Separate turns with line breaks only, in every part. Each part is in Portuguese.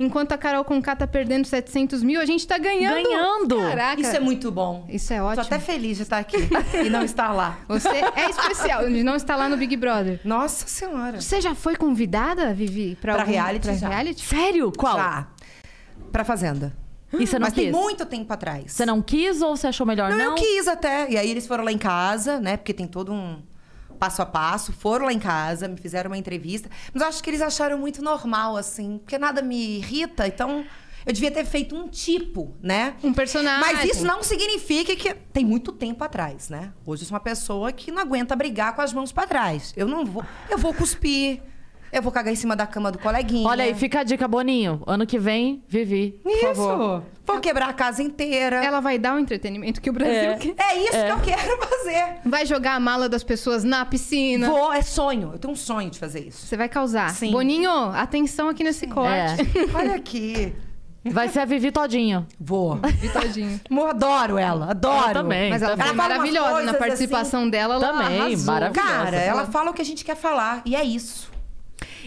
Enquanto a Carol Conká tá perdendo 700 mil, a gente tá ganhando.
Ganhando!
Caraca.
Isso é muito bom.
Isso é
Tô
ótimo.
até feliz de estar aqui e não estar lá.
Você é especial, de não está lá no Big Brother.
Nossa Senhora.
Você já foi convidada, Vivi, para
Pra reality,
Pra
já.
reality?
Sério? Qual?
Já. Pra Fazenda.
E você não
Mas
quis?
tem muito tempo atrás.
Você não quis ou você achou melhor não?
Não, eu quis até. E aí eles foram lá em casa, né? Porque tem todo um passo a passo. Foram lá em casa, me fizeram uma entrevista. Mas eu acho que eles acharam muito normal, assim. Porque nada me irrita, então... Eu devia ter feito um tipo, né?
Um personagem.
Mas isso não significa que tem muito tempo atrás, né? Hoje eu sou uma pessoa que não aguenta brigar com as mãos pra trás. Eu não vou, eu vou cuspir, eu vou cagar em cima da cama do coleguinha.
Olha aí, fica a dica, Boninho. Ano que vem, Vivi. por
isso.
favor.
Vou quebrar a casa inteira.
Ela vai dar o entretenimento que o Brasil
É.
quer.
É isso que eu quero fazer.
Vai jogar a mala das pessoas na piscina.
Vou, é sonho. Eu tenho um sonho de fazer isso.
Você vai causar.
Sim.
Boninho, atenção aqui nesse corte.
Olha aqui.
Vai ser a Vivi todinho.
Vou.
Vitadinho.
Amor, adoro ela, adoro.
Eu também.
Mas ela foi
Também.
É. Então. Ela fala umas
maravilhosa na
coisas assim.
participação dela. Ela
Também,
arrasou.
maravilhosa.
Cara, ela fala o que a gente quer falar. E é isso.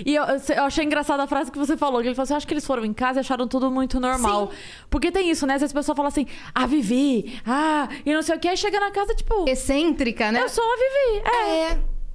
E eu, eu achei engraçada a frase que você falou. Que ele falou assim, acho que eles foram em casa e acharam tudo muito normal. Porque tem isso, né? Às vezes a pessoa fala assim, ah, Vivi, ah, e não sei o que. Aí chega na casa, tipo,
Excêntrica, né?
eu sou a Vivi. É.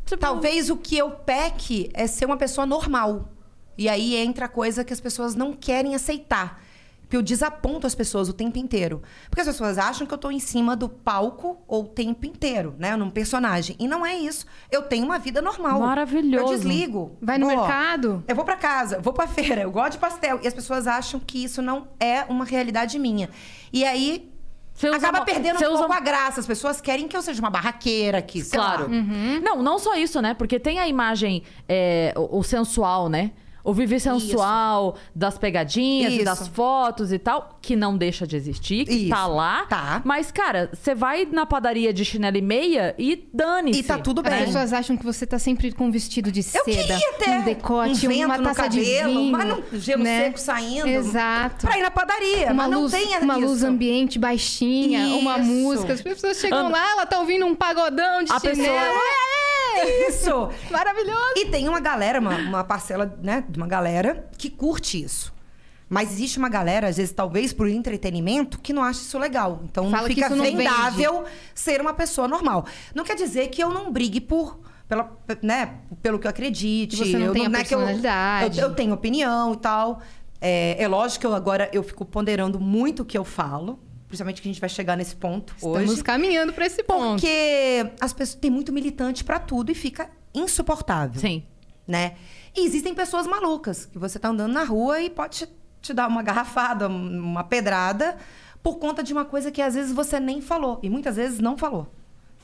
Tipo,
Talvez o que eu peque é ser uma pessoa normal. E aí entra a coisa que as pessoas não querem aceitar. Porque eu desaponto as pessoas o tempo inteiro. Porque as pessoas acham que eu tô em cima do palco ou o tempo inteiro, né? Num personagem. E não é isso. Eu tenho uma vida normal.
Maravilhoso.
Eu desligo.
Vai no
Vou.
mercado?
Eu vou pra casa, vou pra feira, eu gosto de pastel. E as pessoas acham que isso não é uma realidade minha. E aí.
Você usa
acaba
uma-
perdendo
você
um
usa
pouco
uma-
a graça. As pessoas querem que eu seja uma barraqueira que sei
Claro.
lá, Uhum.
Não, não só isso, né? Porque tem a imagem, é, o, o sensual, né? O viver sensual, das pegadinhas e
Isso.
das fotos e tal, que não deixa de existir, que tá
Isso.
lá.
Tá.
Mas, cara, você vai na padaria de chinelo e meia e dane-se.
E tá tudo
As
bem.
pessoas acham que você tá sempre com um vestido de seda,
Eu queria ter
um decote,
um vento
uma
no
taça
cabelo,
de vinho,
mas não- gelo
né?
seco saindo.
Exato.
Pra ir na padaria,
uma
mas
luz,
não tem
uma
isso.
luz ambiente baixinha, uma
Isso.
música. As pessoas chegam
Ana-
lá, ela tá ouvindo um pagodão de
A
chinelo.
pessoa-
É, é, é.
Isso.
Maravilhoso.
E tem uma galera, uma, uma parcela, né, de uma galera que curte isso. Mas existe uma galera, às vezes, talvez por entretenimento, que não acha isso legal. Então
Fala que
fica
isso não
vendável ser uma pessoa normal. Não quer dizer que eu não brigue por. Pela, p- né, pelo que eu acredite.
Que você não
eu
tenha
é que eu-
personalidade.
eu, eu tenho opinião e tal. É, é lógico que eu agora eu fico ponderando muito o que eu falo. Principalmente que a gente vai chegar nesse ponto
Estamos
hoje.
caminhando pra esse ponto.
Porque as pessoas tem muito militante pra tudo e fica insuportável
Sim.
né? E existem pessoas malucas que você tá andando na rua e pode te, te dar uma garrafada, um- uma pedrada por conta de uma coisa que às vezes você nem falou e muitas vezes não falou,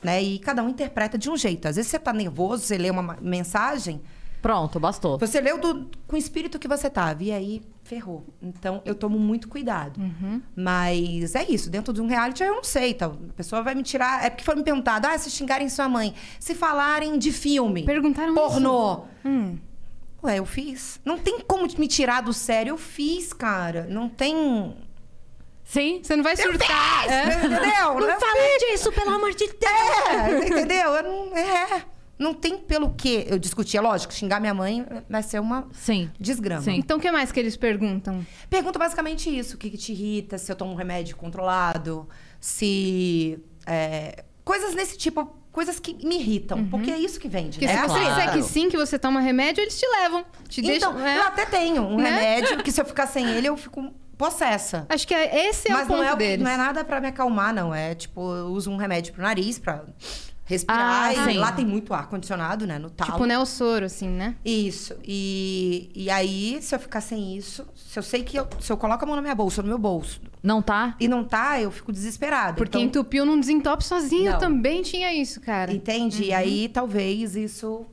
né? E cada um interpreta de um jeito. Às vezes você tá nervoso, você lê uma ma- mensagem,
Pronto, bastou.
você leu do, com o espírito que você tava e aí ferrou. Então eu tomo muito cuidado. Mas é isso, dentro de um reality eu não sei, então a pessoa vai me tirar, é porque foi me perguntado, ah, se xingarem sua mãe, se falarem de filme,
Perguntaram isso?
pornô, Ué, eu fiz. Não tem como me tirar do sério. Eu fiz, cara. Não tem.
Sim?
Você não vai surtar. é?
Entendeu? Não
Fala disso, pelo amor de Deus!
É, entendeu? Eu não, é. Não tem pelo que eu discutir. É lógico, xingar minha mãe vai ser uma
Sim.
desgrama.
Sim.
Então, o que mais que eles perguntam?
Pergunta basicamente isso: o que, que te irrita, se eu tomo um remédio controlado, se. é, coisas nesse tipo, coisas que me irritam. Porque é isso que vende.
Porque
né?
se você
Claro.
disser Uhum. que sim, que você toma remédio, eles te levam. Te
Então,
deixam. é.
eu até tenho um
Né?
remédio que se eu ficar sem ele, eu fico possessa.
Acho que é- esse é
Mas
o ponto
não, é, o-
deles.
não é nada pra me acalmar, não. É tipo, eu uso um remédio pro nariz, pra respirar.
Ah,
e
sim.
lá tem muito ar-condicionado, né? No talo.
Tipo, né, o soro, assim, né?
Isso. E, e aí, se eu ficar sem isso, se eu sei que eu, se eu coloco a mão na minha bolsa, no meu bolso,
Não tá?
e não tá, eu fico desesperada.
Porque
então,
entupiu num desentope sozinho, eu
Não.
também tinha isso, cara.
Entende?
Uhum.
E aí, talvez isso.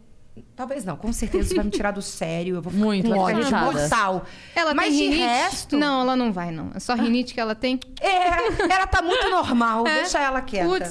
Talvez não, com certeza isso vai me tirar do sério. Eu vou ficar
Muito,
com
vai
ódio
ficar irritada.
mortal.
Ela
Mas
tem
de
rinite?
resto.
Não, ela não vai, não. É só rinite que ela tem.
É, ela tá muito normal, deixa ela quieta.
Putz,